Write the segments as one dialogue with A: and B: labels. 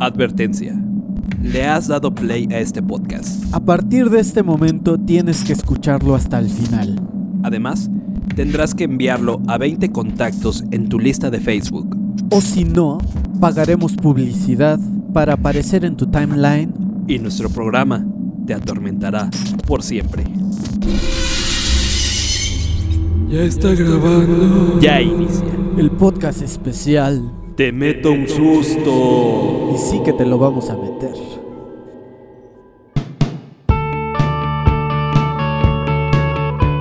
A: Advertencia. Le has dado play a este podcast.
B: A partir de este momento tienes que escucharlo hasta el final.
A: Además, tendrás que enviarlo a 20 contactos en tu lista de Facebook.
B: O si no, pagaremos publicidad para aparecer en tu timeline.
A: Y nuestro programa te atormentará por siempre.
C: Ya está grabando.
A: Ya inicia.
B: El podcast especial.
A: Te meto un susto.
B: Y sí que te lo vamos a meter.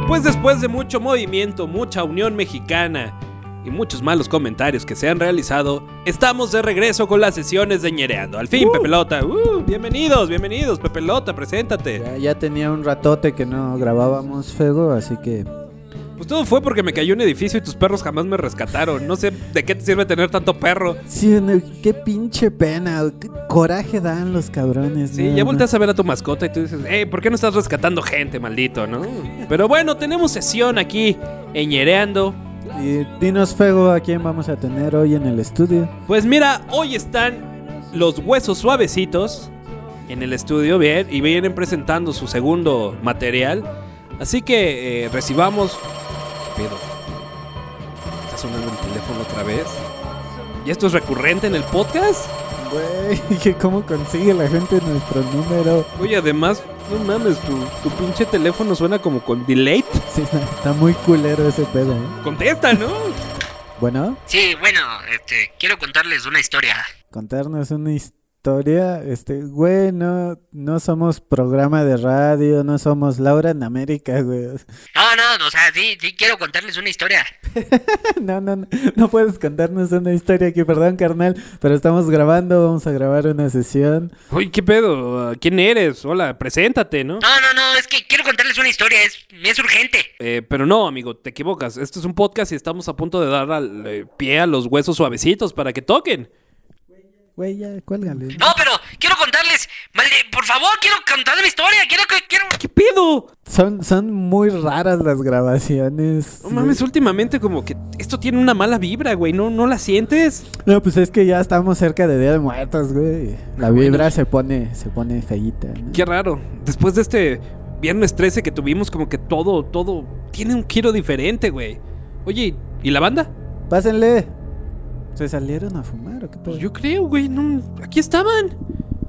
A: Pues después de mucho movimiento, mucha unión mexicana y muchos malos comentarios que se han realizado, estamos de regreso con las sesiones de ñereando. Al fin, Pepelota. Uh, bienvenidos, bienvenidos, Pepelota, preséntate.
B: Ya, ya tenía un ratote que no grabábamos Fego, así que
A: Pues todo fue porque me cayó un edificio y tus perros jamás me rescataron. No sé de qué te sirve tener tanto perro.
B: Sí, no, qué pinche pena, qué coraje dan los cabrones.
A: Sí,
B: nada
A: ya
B: más.
A: volteas a ver a tu mascota y tú dices, hey, ¿por qué no estás rescatando gente, maldito, no? Pero bueno, tenemos sesión aquí en ñereando.
B: Y dinos Fego a quién vamos a tener hoy en el estudio.
A: Pues mira, hoy están los huesos suavecitos en el estudio, bien, y vienen presentando su segundo material. Así que eh, recibamos. ¿Qué pedo? ¿Está sonando el teléfono otra vez? ¿Y esto es recurrente en el podcast?
B: Güey, que cómo consigue la gente nuestro número.
A: Oye, además, no mames, tu, tu pinche teléfono suena como con delay.
B: Sí, está- está muy culero ese pedo. ¿eh?
A: Contesta, ¿no?
B: Bueno,
D: Sí, bueno, este, quiero contarles una historia.
B: contarnos una historia. Este, güey, no, no somos programa de radio, no somos Laura en América, güey.
D: No, no, o sea, sí, sí, quiero contarles una historia.
B: No, no, no, no puedes contarnos una historia aquí, perdón, carnal, pero estamos grabando, vamos a grabar una sesión.
A: Oye, ¿qué pedo? ¿Quién eres? Hola, preséntate, ¿no?
D: No, no, no, es que quiero contarles una historia, es, es urgente.
A: Eh, pero no, amigo, te equivocas. Esto es un podcast y estamos a punto de dar al, eh, pie a los huesos suavecitos para que toquen.
B: Güey, ya, cuélgale.
D: No, pero quiero contarles, malde, por favor, quiero contar mi historia, quiero que, quiero...
A: ¿Qué pedo?
B: Son, son muy raras las grabaciones.
A: No mames, últimamente como que esto tiene una mala vibra, güey. ¿No, ¿No la sientes?
B: No, pues es que ya estamos cerca de Día de Muertos, güey. La vibra se pone, se pone feíta. ¿no?
A: Qué raro. Después de este viernes 13 que tuvimos, como que todo, todo tiene un giro diferente, güey. Oye, ¿y la banda?
B: Pásenle. ¿Se salieron a fumar o qué pedo?
A: Pues yo creo, güey. No, aquí estaban.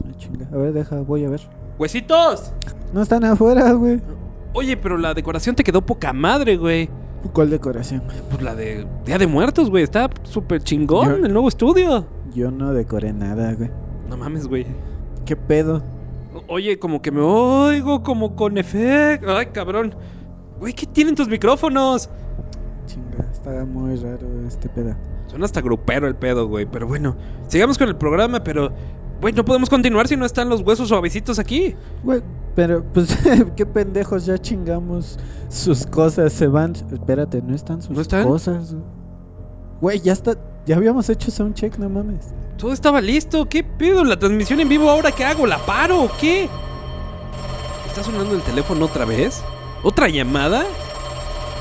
B: Ah, chinga. A ver, deja, voy a ver.
A: ¡Huesitos!
B: No están afuera, güey.
A: Oye, pero la decoración te quedó poca madre, güey.
B: ¿Cuál decoración?
A: Pues la de Día de Muertos, güey. Está súper chingón
B: Yo-
A: el nuevo estudio.
B: Yo no decoré nada, güey.
A: No mames, güey.
B: ¿Qué pedo?
A: O- Oye, como que me oigo como con efecto. Ay, cabrón. Güey, ¿qué tienen tus micrófonos?
B: Chinga, está muy raro este pedo.
A: Suena hasta grupero el pedo, güey. Pero bueno, sigamos con el programa, pero... Güey, no podemos continuar si no están los huesos suavecitos aquí.
B: Güey, pero pues qué pendejos, ya chingamos sus cosas, se van. Espérate, no están sus
A: ¿No están?
B: cosas. güey. Güey, ya está, ya habíamos hecho soundcheck, no mames.
A: Todo estaba listo. ¿Qué pedo? ¿La transmisión en vivo ahora qué hago? ¿La paro o qué? ¿Está sonando el teléfono otra vez? ¿Otra llamada?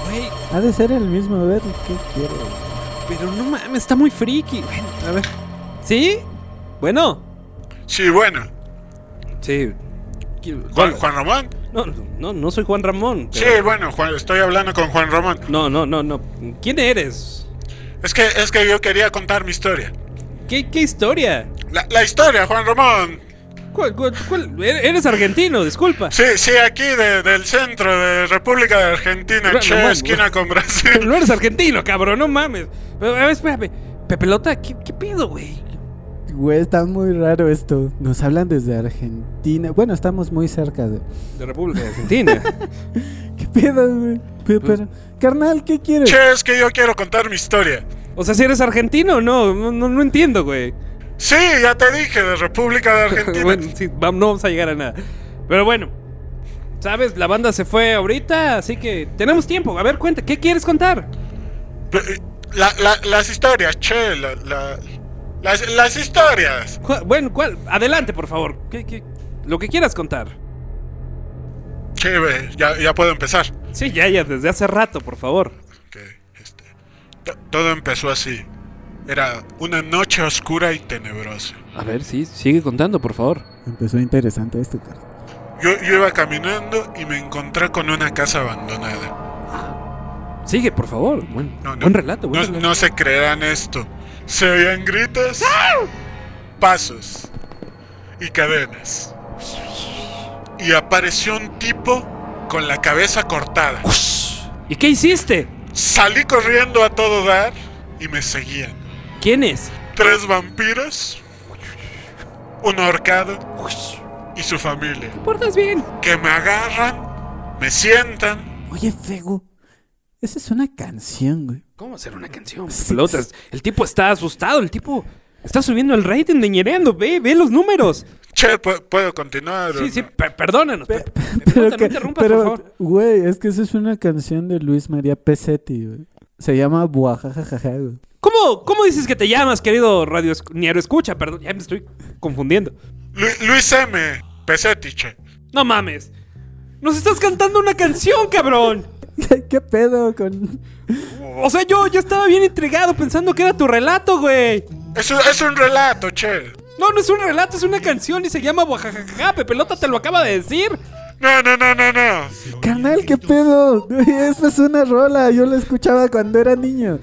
A: Güey,
B: Ha de ser el mismo, a ver, ¿qué quiere?
A: pero no mames, está muy friki. Bueno, a ver. ¿Sí? Bueno.
E: Sí, bueno.
A: Sí.
E: ¿Juan, Juan Ramón?
A: No, no, no soy Juan Ramón.
E: Sí,
A: pero-
E: bueno, Juan- estoy hablando con Juan Ramón.
A: No, no, no, no. ¿Quién eres?
E: Es que, es que yo quería contar mi historia.
A: ¿Qué, qué historia?
E: La, la historia, Juan Ramón.
A: ¿Cuál, cuál, cuál? E- Eres argentino, disculpa.
E: Sí, sí, aquí de- del centro de República de Argentina,
A: Juan
E: che,
A: Ramón,
E: esquina con Brasil.
A: No eres argentino, cabrón, no mames. Pero, a ver, espérame. Pepelota, ¿qué, qué pedo, güey?
B: Güey, está muy raro esto. Nos hablan desde Argentina. Bueno, estamos muy cerca de.
A: De República de Argentina.
B: ¿Qué pedo, güey?
A: Pues,
B: Pe- pero- carnal, ¿qué quieres?
E: Che, es que yo quiero contar mi historia.
A: o sea, si eres argentino, no, no, no, no entiendo, güey.
E: Sí, ya te dije, de República de Argentina.
A: Bueno, sí, vam- no vamos a llegar a nada. Pero bueno, ¿sabes? La banda se fue ahorita, así que tenemos tiempo. A ver, cuenta, ¿qué quieres contar?
E: eh, La- la- las historias, che, la- la- las, las historias.
A: Cu- Bueno, ¿cuál? Adelante, por favor. ¿Qué- qué- Lo que quieras contar.
E: Che, ve, ya, ya puedo empezar.
A: Sí, ya, ya, desde hace rato, por favor.
E: que este, to- todo empezó así. Era una noche oscura y tenebrosa.
A: A ver, sí, sigue contando, por favor.
B: Empezó interesante este esto, Carlos.
E: Yo, yo iba caminando y me encontré con una casa abandonada.
A: Sigue, por favor. Buen,
E: No, no,
A: buen relato, buen
E: no-
A: relato.
E: no se creerán esto. Se oían gritos, pasos y cadenas. Y apareció un tipo con la cabeza cortada.
A: ¿Y qué hiciste?
E: Salí corriendo a todo dar y me seguían.
A: ¿Quién es?
E: Tres vampiros, un ahorcado y su familia.
A: Portas bien.
E: Que me agarran, me sientan.
B: Oye, Fego, esa es una canción, güey.
A: ¿Cómo hacer una canción? Pelotas. El tipo está asustado, el tipo está subiendo el rating de ñereando. Ve, ve los números.
E: Che, ¿pu- ¿puedo continuar? o
A: Sí, sí,
E: no?
A: per- perdónanos. per-
B: Pero,
A: Eh, no
B: que-
A: interrumpas,
B: pero,
A: por favor.
B: güey, es que esa es una canción de Luis María Pesetti, güey. Se llama Buajajajaja, güey.
A: ¿Cómo, ¿Cómo dices que te llamas, querido radio esc- ñero escucha? Perdón, ya me estoy confundiendo.
E: Lu- Luis M. Pesetti, che.
A: No mames. Nos estás cantando una canción, cabrón.
B: ¿Qué pedo con...?
A: O sea, yo, yo estaba bien intrigado pensando que era tu relato, güey.
E: Es un, es un relato, che.
A: No, no es un relato, es una canción y se llama Guajajaja. Pelota te lo acaba de decir.
E: No, no, no, no, no.
B: Canal, ¿qué pedo? Güey, esta es una rola, yo la escuchaba cuando era niño.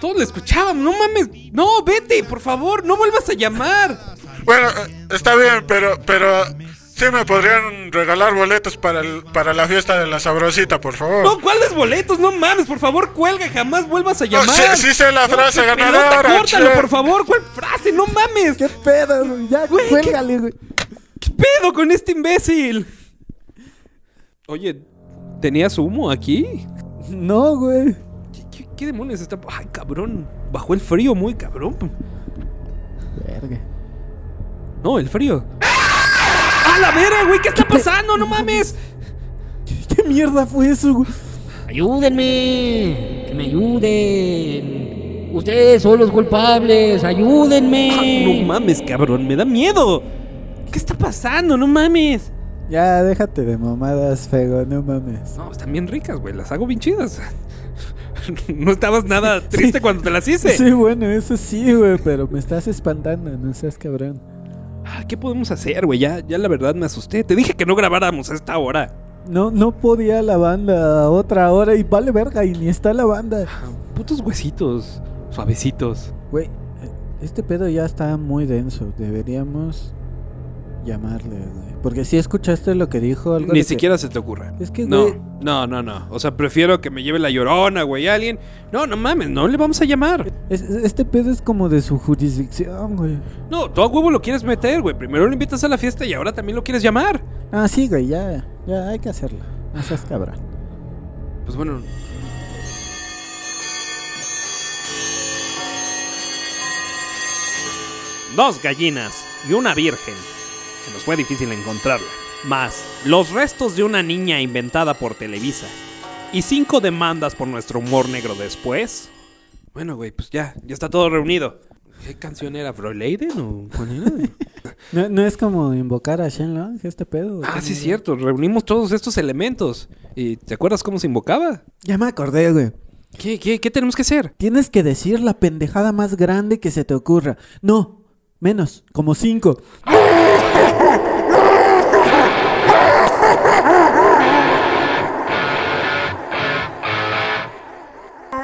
A: Todos lo escuchaban, no mames. No, vete, por favor, no vuelvas a llamar.
E: Bueno, eh, está bien, pero, pero sí me podrían regalar boletos para, el- para la fiesta de la sabrosita, por favor.
A: No, ¿cuáles boletos? No mames, por favor, cuelga, jamás vuelvas a llamar.
E: Ah, sí, sí sé la frase
A: Pelota,
E: ganadora,
A: Córtalo,
E: che.
A: por favor, ¿cuál frase? No mames.
B: ¿Qué pedo, güey? Ya,
A: Güey, ¿qué-
B: cuélgale, güey.
A: ¿Qué pedo con este imbécil? Oye, ¿tenías humo aquí?
B: No, güey.
A: ¿Qué, qué- qué demonios está.? Ay, cabrón. Bajó el frío muy cabrón.
B: Verga.
A: No, el frío. ¡Ah! ¡A la verga, güey! ¿Qué está pasando? ¡No mames!
B: ¿Qué mierda fue eso, güey?
F: ¡Ayúdenme! ¡Que me ayuden! ¡Ustedes son los culpables!
A: Eh.
F: ¡Ayúdenme!
A: Ah, No mames, cabrón. Me da miedo. ¿Qué está pasando? No mames.
B: Ya, déjate de mamadas, Fego, no mames.
A: No, están bien ricas, güey. Las hago bien chidas. No estabas nada triste cuando te las hice.
B: Sí, bueno, eso sí, güey, pero me estás espantando, no seas cabrón.
A: Ah, ¿Qué podemos hacer, güey? Ya, ya la verdad me asusté. Te dije que no grabáramos a esta hora.
B: No, no podía la banda a otra hora y vale verga y ni está la banda.
A: Putos huesitos. Suavecitos.
B: Güey, eh, este pedo ya está muy denso, deberíamos llamarle, güey. Porque si escuchaste lo que dijo algo
A: Ni
B: de que-
A: siquiera se te ocurra.
B: Es que,
A: no,
B: güey-
A: no, no, no. O sea, prefiero que me lleve la llorona, güey, alguien. No, no mames, no le vamos a llamar.
B: es- es- este pedo es como de su jurisdicción, güey.
A: No, tú a huevo lo quieres meter, güey. Primero lo invitas a la fiesta y ahora también lo quieres llamar.
B: Ah, sí, güey, ya, ya hay que hacerlo. No seas cabrón.
A: Pues bueno. Dos gallinas y una virgen. Se nos fue difícil encontrarla. Más los restos de una niña inventada por Televisa. Y cinco demandas por nuestro humor negro después. Bueno, güey, pues ya, ya está todo reunido. ¿Qué canción era? ¿Froleiden o cuál era?
B: No, no es como invocar a Shenlong, este pedo. güey.
A: ah, sí, cierto. Reunimos todos estos elementos. ¿Y te acuerdas cómo se invocaba?
B: Ya me acordé, güey.
A: ¿Qué, qué, qué tenemos que hacer?
B: Tienes que decir la pendejada más grande que se te ocurra. No, menos, como cinco.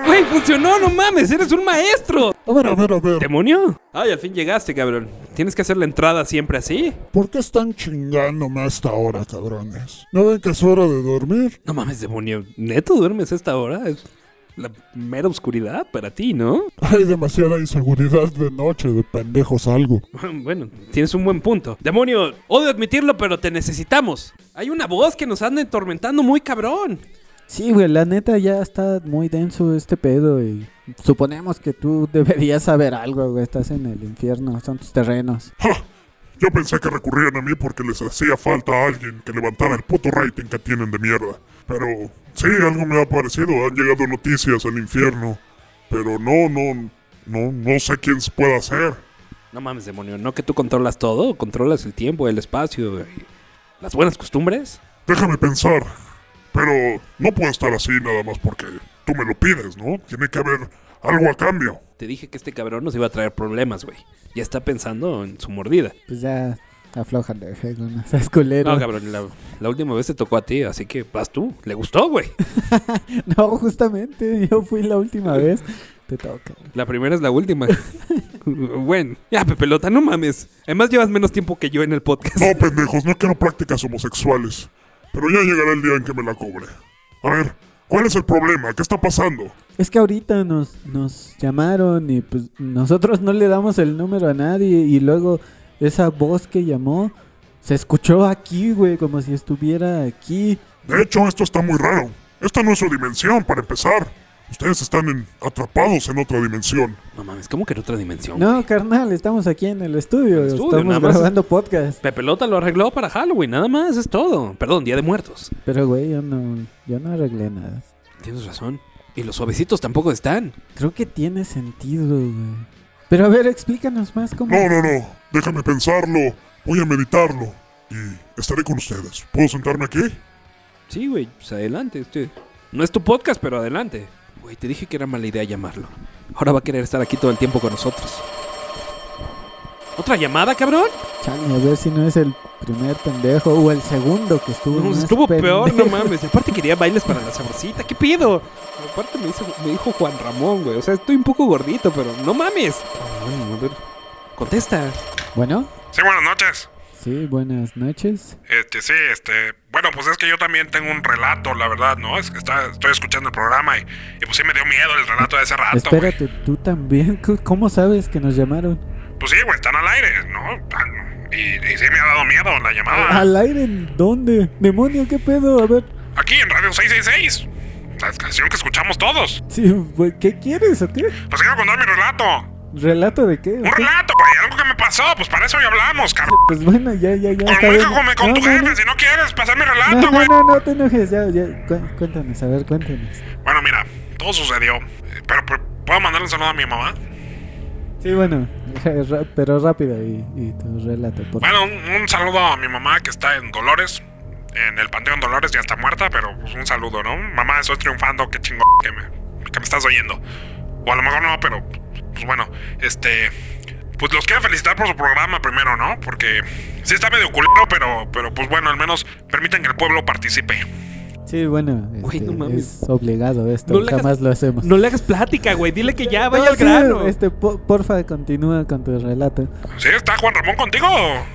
A: Güey, funcionó, no mames, eres un maestro.
G: A ver, a ver, a ver.
A: ¿Demonio? Ay, al fin llegaste, cabrón. Tienes que hacer la entrada siempre así.
G: ¿Por qué están chingándome hasta ahora, cabrones? ¿No ven que es hora de dormir?
A: No mames, demonio. ¿Neto duermes a esta hora? Es la mera oscuridad para ti, ¿no?
G: Hay demasiada inseguridad de noche, de pendejos algo.
A: Bueno, tienes un buen punto. Demonio, odio admitirlo, pero te necesitamos. Hay una voz que nos anda atormentando muy cabrón.
B: Sí, güey, la neta ya está muy denso este pedo y suponemos que tú deberías saber algo, güey. Estás en el infierno, son tus terrenos.
H: Yo pensé que recurrían a mí porque les hacía falta a alguien que levantara el puto rating que tienen de mierda. Pero sí, algo me ha parecido. Han llegado noticias al infierno. Pero no, no, no, no sé quién se pueda hacer.
A: No mames, demonio. No que tú controlas todo, controlas el tiempo, el espacio, y las buenas costumbres.
H: Déjame pensar. Pero no puedo estar así nada más porque tú me lo pides, ¿no? Tiene que haber algo a cambio.
A: Te dije que este cabrón nos iba a traer problemas, güey. Ya está pensando en su mordida.
B: Pues ya aflojan de no seas culero.
A: No, cabrón, la, la última vez te tocó a ti, así que vas tú. Le gustó, güey.
B: No, justamente, yo fui la última vez. Te toca.
A: La primera es la última. bueno, ya, Pepelota, no mames. Además, llevas menos tiempo que yo en el podcast.
H: No, pendejos, no quiero prácticas homosexuales. Pero ya llegará el día en que me la cobre. A ver, ¿cuál es el problema? ¿Qué está pasando?
B: Es que ahorita nos, nos llamaron y pues nosotros no le damos el número a nadie y luego esa voz que llamó se escuchó aquí, güey, como si estuviera aquí.
H: De hecho, esto está muy raro. Esta no es su dimensión, para empezar. Ustedes están en- atrapados en otra dimensión.
A: No mames, ¿cómo que en otra dimensión?
B: No, carnal, estamos aquí en el estudio,
A: el estudio, nada
B: estamos
A: más.
B: grabando podcast.
A: Pepelota lo arregló para Halloween, nada más, es todo. Perdón, Día de Muertos.
B: Pero güey, yo no, yo no arreglé nada.
A: Tienes razón. Y los suavecitos tampoco están.
B: Creo que tiene sentido, güey. Pero a ver, explícanos más cómo.
H: No, no, no. Déjame pensarlo. Voy a meditarlo. Y estaré con ustedes. ¿Puedo sentarme aquí?
A: Sí, güey, pues adelante. este- No es tu podcast, pero adelante. Güey, te dije que era mala idea llamarlo. Ahora va a querer estar aquí todo el tiempo con nosotros. ¿Otra llamada, cabrón?
B: Chale, a ver si no es el primer pendejo o el segundo que estuvo.
A: No,
B: más
A: estuvo peor, no
B: pendejo.
A: mames. Y aparte quería bailes para la saborcita, ¿qué pido? Aparte me, hizo- me dijo Juan Ramón, güey. O sea, estoy un poco gordito, pero no mames.
B: Ah,
A: Ay, a ver. Contesta.
B: Bueno,
I: Sí, buenas noches.
B: sí, buenas noches.
I: Este, sí, este. Bueno, pues es que yo también tengo un relato, la verdad, ¿no? Es que está, estoy escuchando el programa y, y pues sí me dio miedo el relato de ese rato, güey.
B: Espérate, tú también. ¿Cómo- ¿Cómo sabes que nos llamaron?
I: Pues sí, güey, están al aire, ¿no? Tan- Y, y sí me ha dado miedo la llamada.
B: ¿Al aire en dónde? Demonio, ¿qué pedo? A ver,
I: Aquí en Radio 666. La canción que escuchamos todos.
B: sí, güey, ¿qué quieres o qué?
I: Pues quiero contar mi relato.
B: ¿Relato de qué? o
I: Un
B: qué?
I: relato, güey, algo que me pasó. Pues para eso hoy hablamos, cabrón.
B: Pues bueno, ya, ya, ya. está bien.
I: Comunícame con tu
B: No, no,
I: jefe si no quieres pasar mi
B: No,
I: relato,
B: no, no,
I: güey.
B: no, no te enojes, ya, ya. Cu- Cuéntanos, a ver, cuéntanos.
I: Bueno, mira, todo sucedió. Eh, Pero, pero, ¿puedo mandarle un saludo a mi mamá?
B: Sí, bueno, ra- pero rápido y, y tu relato. Por...
I: Bueno, un, un saludo a mi mamá que está en Dolores, en el Panteón Dolores, ya está muerta, pero pues, un saludo, ¿no? Mamá, estoy triunfando, qué chingón que me, que me estás oyendo. O a lo mejor no, pero pues bueno, este... Pues los quiero felicitar por su programa primero, ¿no? Porque sí está medio culero, pero, pero pues bueno, al menos permiten que el pueblo participe.
B: Sí, bueno,
A: Güey,
B: este,
A: no mames.
B: es obligado esto,
A: No le hagas-
B: jamás lo hacemos.
A: No le hagas plática, güey. Dile que ya vaya
B: No,
A: al
B: sí,
A: grano.
B: Este, po- porfa, continúa con tu relato.
I: ¿Sí está Juan Ramón contigo?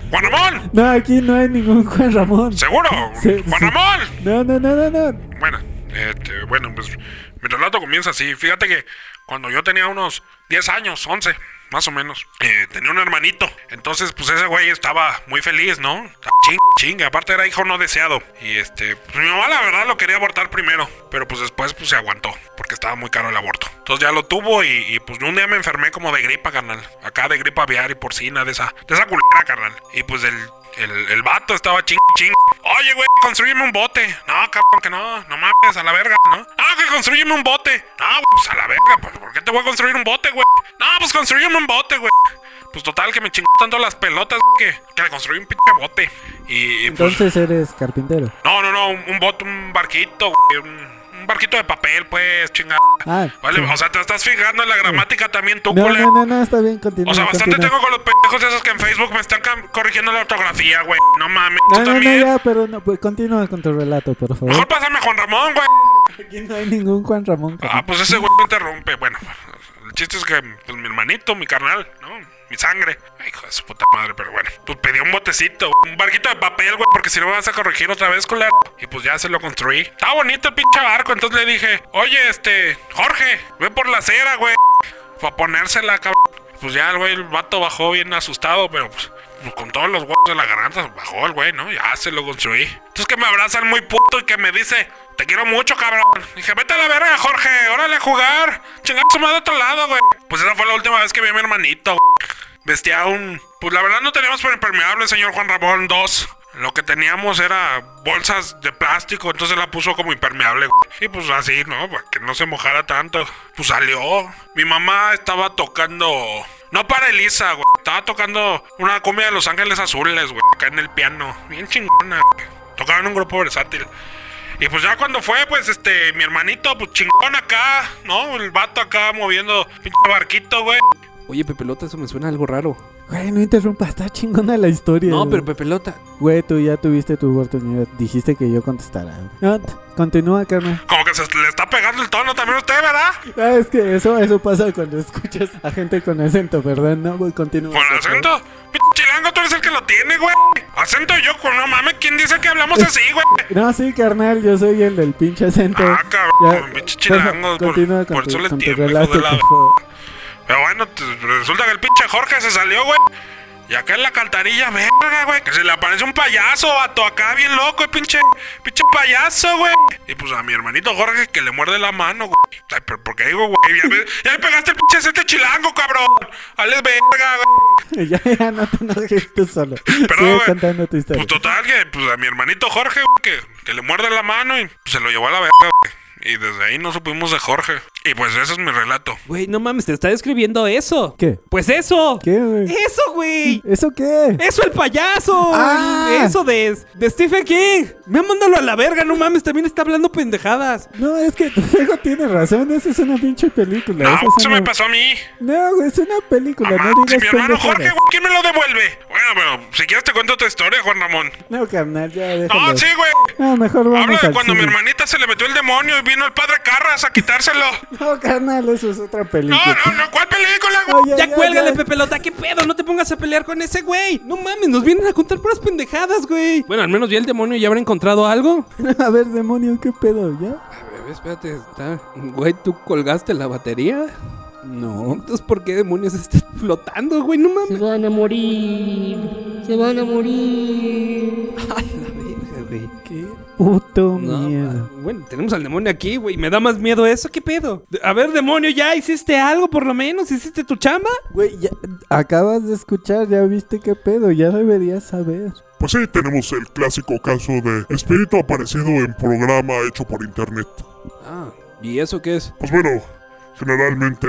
I: ¡Juan Ramón!
B: No, aquí no hay ningún Juan Ramón.
I: ¿Seguro?
B: Sí,
I: ¡Juan
B: sí.
I: Ramón!
B: No, no, no, no, no.
I: Bueno, este, bueno, pues mi relato comienza así. Fíjate que cuando yo tenía unos 10 años, 11, más o menos, eh, tenía un hermanito. Entonces, pues ese güey estaba muy feliz, ¿no? Ching, ching, aparte era hijo no deseado. Y este, pues mi mamá la verdad lo quería abortar primero, pero pues después pues se aguantó, porque estaba muy caro el aborto. Entonces ya lo tuvo y, y, pues un día me enfermé como de gripa, carnal. Acá de gripa aviar y porcina, de esa, de esa culera, carnal. Y pues el, el, el vato estaba ching, ching. Oye, güey, construyeme un bote. No, cabrón, que no. No mames, a la verga, ¿no? Ah, que construyeme un bote. Ah, güey, pues a la verga, pues, ¿por qué te voy a construir un bote, güey? No, pues construyeme un bote, güey. Pues total, que me chingó tanto las pelotas que, que le construí un pinche bote. Y, y, pues,
B: Entonces eres carpintero.
I: no, no, no, un, un bote, un barquito, güey. Un, un barquito de papel, pues, chingada.
B: Ah,
I: Vale,
B: sí.
I: o sea, te estás fijando en la gramática también, tú,
B: no,
I: culero.
B: no, no, no, está bien, continúa.
I: O sea, bastante
B: continúa.
I: tengo con los pendejos esos que en Facebook me están cam- corrigiendo la ortografía, güey. No mames, tú
B: No, no, no,
I: también.
B: ya, pero no, pues, continúa con tu relato, por favor.
I: Mejor pásame a Juan Ramón, güey.
B: Aquí no hay ningún Juan Ramón.
I: Ah,
B: carnal.
I: pues ese güey me interrumpe. Bueno, el chiste es que pues, mi hermanito, mi carnal, ¿no? Mi sangre. Ay, hijo de su puta madre, pero bueno. Pues pedí un botecito, un barquito de papel, güey, porque si no me vas a corregir otra vez, culero. Y pues ya se lo construí. Estaba bonito el pinche barco, entonces le dije, oye, este, Jorge, ve por la acera, güey. Fue a ponérsela, cabrón. Pues ya el güey, el vato bajó bien asustado, pero pues, pues, con todos los huevos de la garganta, bajó el güey, ¿no? Ya se lo construí. Entonces que me abrazan muy puto y que me dice, te quiero mucho, cabrón. Dije, vete a la verga, Jorge, órale a jugar. Chingar su madre a otro lado, güey. Pues esa fue la última vez que vi a mi hermanito, güey. Vestía un... Pues la verdad no teníamos para impermeable, señor Juan Ramón, dos. Lo que teníamos era bolsas de plástico, entonces la puso como impermeable, güey. Y pues así, ¿no? Para que no se mojara tanto. Pues salió. Mi mamá estaba tocando... No para Elisa, güey. Estaba tocando una cumbia de Los Ángeles Azules, güey. Acá en el piano. Bien chingona, güey. Tocaba en un grupo versátil. Y pues ya cuando fue, pues este, mi hermanito, pues chingón acá, ¿no? El vato acá moviendo pinche barquito, güey.
A: Oye, Pepelota, eso me suena algo raro.
B: Güey, no interrumpas, está chingona la historia.
A: No,
B: güey.
A: pero Pepelota.
B: Güey, tú ya tuviste tu oportunidad. Dijiste que yo contestara. No, t- continúa, carnal.
I: Como que se le está pegando el tono también a usted, ¿verdad?
B: Ah, es que eso, eso pasa cuando escuchas a gente con acento, ¿verdad? No, güey, continúa.
I: Con el
B: por favor.
I: acento. Pinche chilango, tú eres el que lo tiene, güey. Acento yo, con no mames, ¿quién dice que hablamos así, güey?
B: No, sí, carnal, yo soy el del pinche acento.
I: Ah, cabrón,
B: Ya,
I: pinche
B: por fa-
I: chilango, por,
B: continúa con
I: por
B: tu-
I: eso le
B: con tu
I: tiembla, hijo
B: relato,
I: de la
B: por favor.
I: Pero bueno, t- resulta que el pinche Jorge se salió, güey. Y acá en la cantarilla, verga, güey. Que se le aparece un payaso, vato, acá bien loco, el pinche, pinche payaso, güey. Y pues a mi hermanito Jorge que le muerde la mano, güey. Ay, pero ¿por qué digo, güey? Ya, me- ya le pegaste el pinche este chilango, cabrón. Hales verga, güey.
B: ya, ya, no te enojes tú solo.
I: Pero,
B: Sigue
I: güey,
B: contando tu historia.
I: Pues total, que pues a mi hermanito Jorge, güey, que, que le muerde la mano y pues, se lo llevó a la verga, güey. Y desde ahí no supimos de Jorge. Y pues ese es mi relato.
A: Güey, no mames, te está describiendo eso.
B: ¿Qué?
A: Pues eso.
B: ¿Qué, güey?
A: Eso, güey.
B: ¿Eso qué?
A: Eso el payaso.
B: Ah.
A: Eso de, de Stephen King. Me mándalo a la verga, no mames, también está hablando pendejadas.
B: No, es que Fuego tiene razón, eso es una pinche película.
I: No,
B: eso es
I: eso
B: una-
I: me pasó a mí.
B: No, güey, es una película,
I: Mamá,
B: no
I: si
B: digas
I: mi hermano
B: pendejadas.
I: Jorge, güey, ¿quién me lo devuelve? Bueno, pero si quieres te cuento otra historia, Juan Ramón.
B: No, carnal, ya déjalo.
I: No, sí, güey.
B: No, mejor vamos
I: Hablo de
B: al
I: cuando mi
B: cine.
I: hermanita se le metió el demonio y vino el padre Carras a quitárselo.
B: No, carnal, eso es otra
I: No,
B: película.
I: no, no, ¿cuál película,
B: No,
I: güey?
A: Ya, cuélgale,
B: ya.
A: Pepelota, qué pedo, no te pongas a pelear con ese güey. No mames, nos vienen a contar puras pendejadas, güey. Bueno, al menos ya el demonio ya habrá encontrado algo.
B: A ver, demonio, ¿qué pedo, ya?
A: espérate, está. Güey, ¿tú colgaste la batería?
B: No.
A: Entonces, ¿por qué demonios está flotando, güey? No
F: Se
A: mames.
F: van a morir. Se van a morir.
A: Ay, la verga, güey. ¿Qué?
B: Puto
A: No,
B: miedo.
A: ma- bueno, tenemos al demonio aquí, güey. Me da más miedo eso, ¿qué pedo? De- A ver, demonio, ya hiciste algo por lo menos, hiciste tu chamba.
B: Güey, ya acabas de escuchar, ya viste qué pedo, ya deberías saber.
H: Pues sí, tenemos el clásico caso de espíritu aparecido en programa hecho por internet.
A: Ah, ¿y eso qué es?
H: Pues bueno, generalmente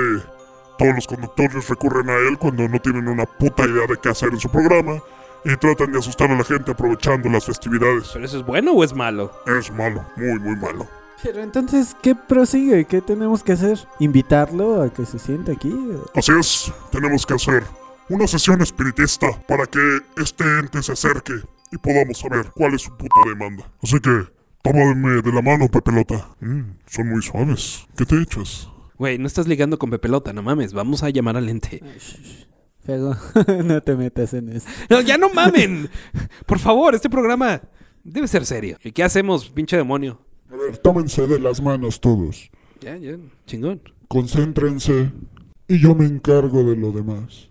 H: todos los conductores recurren a él cuando no tienen una puta idea de qué hacer en su programa y tratan de asustar a la gente aprovechando las festividades.
A: ¿Pero eso es bueno o es malo?
H: Es malo, muy muy malo.
B: Pero entonces, ¿qué prosigue? ¿Qué tenemos que hacer? ¿Invitarlo a que se siente aquí?
H: Así es, tenemos que hacer una sesión espiritista para que este ente se acerque y podamos saber cuál es su puta demanda. Así que, tómame de la mano, Pepelota. Mm, son muy suaves. ¿Qué te echas?
A: Güey, no estás ligando con Pepelota, no mames. Vamos a llamar al ente.
B: Fego, no te metas en esto.
A: No, ya no mamen. Por favor, este programa debe ser serio. ¿Y qué hacemos, pinche demonio?
G: A ver, tómense de las manos todos.
A: Ya, ya, chingón.
G: Concéntrense y yo me encargo de lo demás.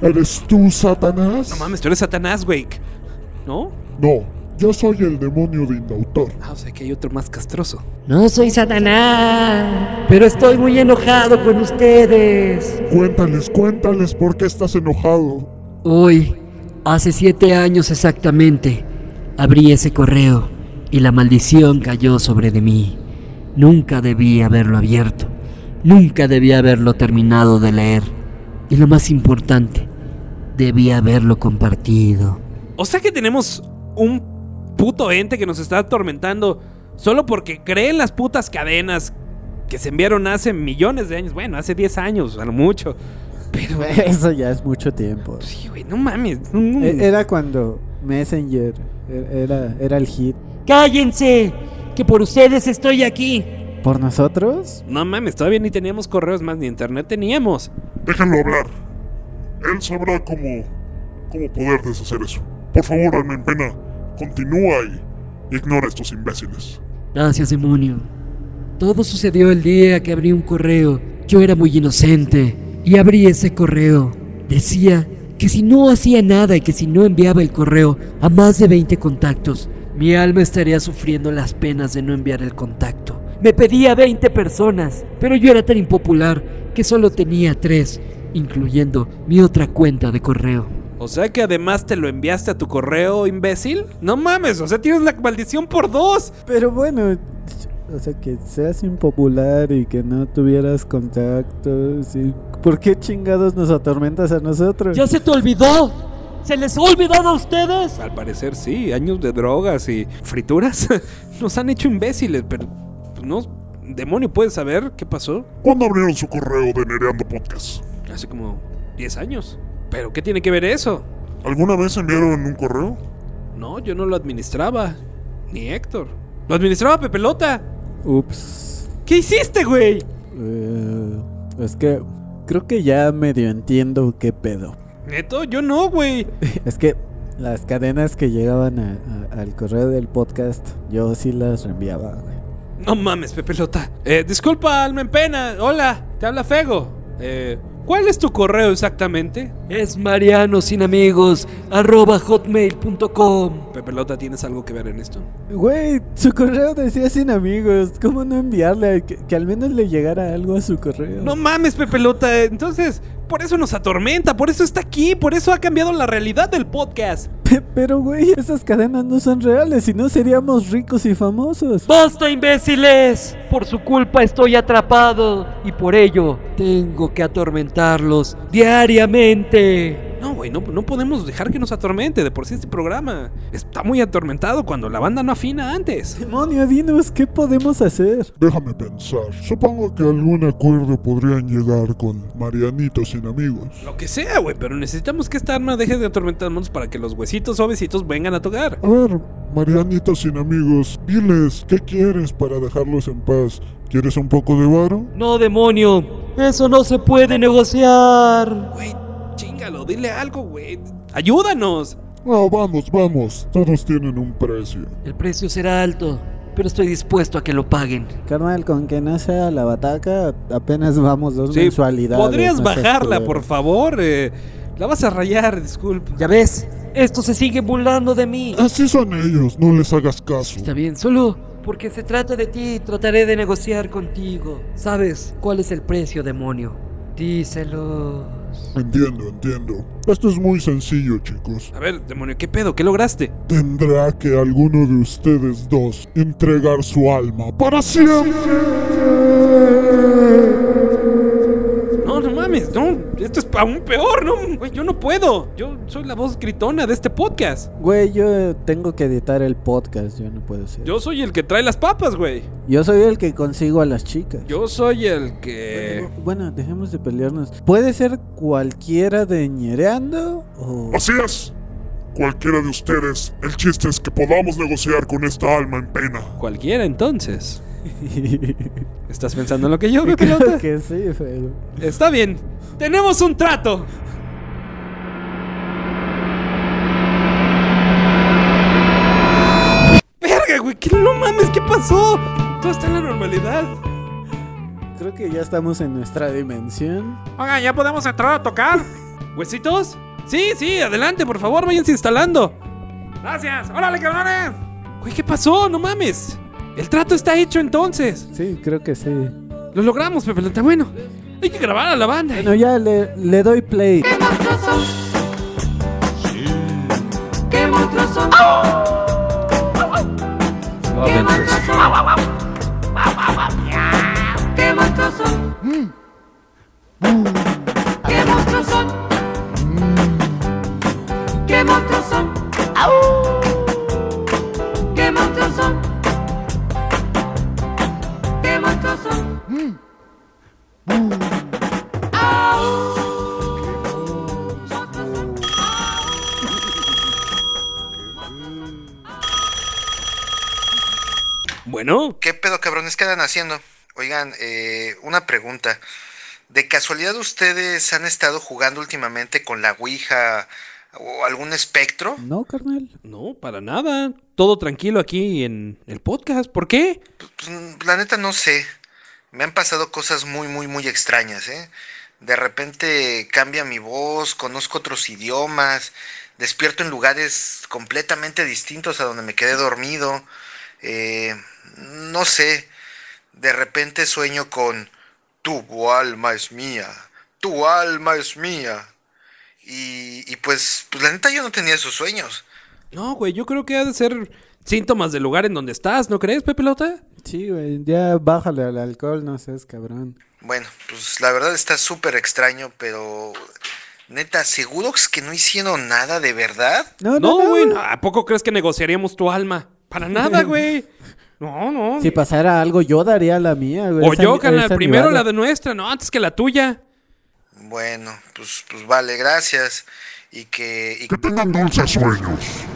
G: ¿Eres tú, Satanás?
A: No mames, tú eres Satanás, güey. ¿No?
G: No, yo soy el demonio de Indautor.
A: Ah, o sea que hay otro más castroso.
F: No soy Satanás, pero estoy muy enojado con ustedes.
G: Cuéntales, cuéntales por qué estás enojado.
F: Hoy, hace siete años exactamente, abrí ese correo y la maldición cayó sobre de mí. Nunca debí haberlo abierto, nunca debí haberlo terminado de leer y lo más importante, debí haberlo compartido.
A: O sea que tenemos un puto ente que nos está atormentando solo porque cree en las putas cadenas que se enviaron hace millones de años. Bueno, hace 10 años, a lo mucho. Pero,
B: Eso ya es mucho tiempo.
A: sí, güey, no mames. No, no.
B: E- Era cuando Messenger e- era, era el hit.
F: ¡Cállense! Que por ustedes estoy aquí.
B: ¿Por nosotros?
A: No mames, todavía ni teníamos correos más, ni internet teníamos.
H: Déjenlo hablar. Él sabrá cómo, cómo poder deshacer eso. Por favor, alma en pena, continúa y ignora a estos imbéciles.
F: Gracias, demonio. Todo sucedió el día que abrí un correo. Yo era muy inocente y abrí ese correo. Decía que si no hacía nada y que si no enviaba el correo a más de 20 contactos, mi alma estaría sufriendo las penas de no enviar el contacto. Me pedía 20 personas, pero yo era tan impopular que solo tenía 3, incluyendo mi otra cuenta de correo.
A: O sea que además te lo enviaste a tu correo, imbécil. No mames, o sea, tienes la maldición por dos.
B: Pero bueno, o sea, que seas impopular y que no tuvieras contactos. Y ¿Por qué chingados nos atormentas a nosotros?
J: ¿Ya se te olvidó? ¿Se les ha olvidado a ustedes?
A: Al parecer sí, años de drogas y frituras nos han hecho imbéciles, pero pues, no demonio puedes saber qué pasó
H: ¿Cuándo abrieron su correo de Nereando Podcast?
A: hace como 10 años. Pero ¿qué tiene que ver eso?
H: ¿Alguna vez enviaron un correo?
A: No, yo no lo administraba, ni Héctor. Lo administraba Pepelota.
B: Ups.
A: ¿Qué hiciste, güey?
B: Eh, es que creo que ya medio entiendo qué pedo.
A: Neto, yo no, güey.
B: Es que las cadenas que llegaban a- a- al correo del podcast, yo sí las reenviaba. güey.
A: No mames, Pepelota. Eh, disculpa, alma en pena. Hola, te habla Fego. Eh, ¿cuál es tu correo exactamente?
F: Es mariano sin amigos, arroba hotmail.com.
A: Pepelota, ¿tienes algo que ver en esto?
B: Güey, su correo decía sin amigos. ¿Cómo no enviarle? Que, que al menos le llegara algo a su correo.
A: No mames, Pepelota. eh, Entonces, por eso nos atormenta, por eso está aquí, por eso ha cambiado la realidad del podcast.
B: Pe- Pero, güey, esas cadenas no son reales. Si no, seríamos ricos y famosos.
F: ¡Basta, imbéciles! Por su culpa estoy atrapado y por ello tengo que atormentarlos diariamente.
A: No, güey, no, no podemos dejar que nos atormente. De por sí este programa está muy atormentado cuando la banda no afina antes.
B: Demonio, dinos, ¿qué podemos hacer?
G: Déjame pensar. Supongo que algún acuerdo podrían llegar con Marianito sin amigos.
A: Lo que sea, güey, pero necesitamos que esta arma deje de atormentarnos para que los huesitos suavecitos vengan a tocar.
G: A ver, Marianito sin amigos, diles, ¿qué quieres para dejarlos en paz? ¿Quieres un poco de varo?
F: No, demonio, eso no se puede negociar.
A: Güey, chingalo, dile algo, güey. Ayúdanos.
G: No, Ah, vamos, vamos. Todos tienen un precio.
F: El precio será alto, pero estoy dispuesto a que lo paguen.
B: Carnal, con que no sea la bataca, apenas vamos dos mensualidades.
A: ¿Podrías
B: no seas
A: bajarla,
B: culero.
A: por favor? Eh, la vas a rayar, disculpa.
F: Ya ves, esto se sigue burlando de mí.
G: Así son ellos, no les hagas caso.
F: Está bien, solo porque se trata de ti, trataré de negociar contigo. ¿Sabes cuál es el precio, demonio? Díselo.
G: Entiendo, entiendo. Esto es muy sencillo, chicos.
A: A ver, demonio, ¿qué pedo? ¿Qué lograste?
G: Tendrá que alguno de ustedes dos entregar su alma para siempre.
A: No, no mames, no. Esto es aún peor, ¿no? Güey, yo no puedo. Yo soy la voz gritona de este podcast.
B: Güey, yo tengo que editar el podcast, yo no puedo ser. Yo,
A: Yo soy el que trae las papas, güey.
B: soy el que consigo a las chicas.
A: Yo eh, soy el que.
B: Bueno, Bueno, dejemos de pelearnos. ¿Puede ser cualquiera de ñereando? O...
H: Así es. Cualquiera de ustedes, el chiste es que podamos negociar con esta alma en pena.
A: Cualquiera, entonces.
B: Creo
A: ¿Estás pensando en lo que yo, Pepelota?
B: que sí, pero...
A: Está bien. Tenemos un trato. Verga, güey. ¿Qué no mames? ¿Qué pasó? Todo está en la normalidad.
B: Creo que ya estamos en nuestra dimensión.
A: Oigan, ¿ya podemos entrar a tocar? ¿Huesitos? Sí, sí, adelante, por favor, váyanse instalando. Gracias. ¡Órale, cabrones! Güey, ¿qué pasó? No mames. El trato está hecho entonces.
B: Sí, creo que sí.
A: Lo logramos, Pepelota. Bueno, hay que grabar a la banda.
B: Bueno, ya le, le doy play.
A: Bueno,
D: ¿Qué pedo, cabrones? ¿Qué andan haciendo? Oigan, eh, una pregunta. ¿De casualidad ustedes han estado jugando últimamente con la Ouija o algún espectro?
B: No, carnal.
A: no, para nada. Todo tranquilo aquí en el podcast. ¿Por qué?
D: Pues, mm, la neta no sé. Me han pasado cosas muy, muy, muy extrañas, ¿eh? De repente cambia mi voz, conozco otros idiomas, despierto en lugares completamente distintos a donde me quedé dormido. eh, no sé. De repente sueño con tu alma es mía, tu alma es mía. Y, y pues, pues la neta yo no tenía esos sueños.
A: No, güey, yo creo que ha de ser síntomas del lugar en donde estás, ¿no crees, Pepelota?
B: Sí, güey, ya bájale al alcohol, no seas cabrón.
D: Bueno, pues la verdad está súper extraño, pero neta, ¿seguros que no hicieron nada de verdad?
A: No, güey. ¿A poco crees que negociaríamos tu alma? Para nada, güey. No, no.
B: Si pasara algo, yo daría la mía, güey.
A: O
B: Esa-
A: yo, carnal,
B: esa ni
A: primero
B: vale.
A: la de nuestra, no, antes que la tuya.
D: Bueno, pues, pues vale, gracias. Y que... y-
H: Que tengan dulces sueños.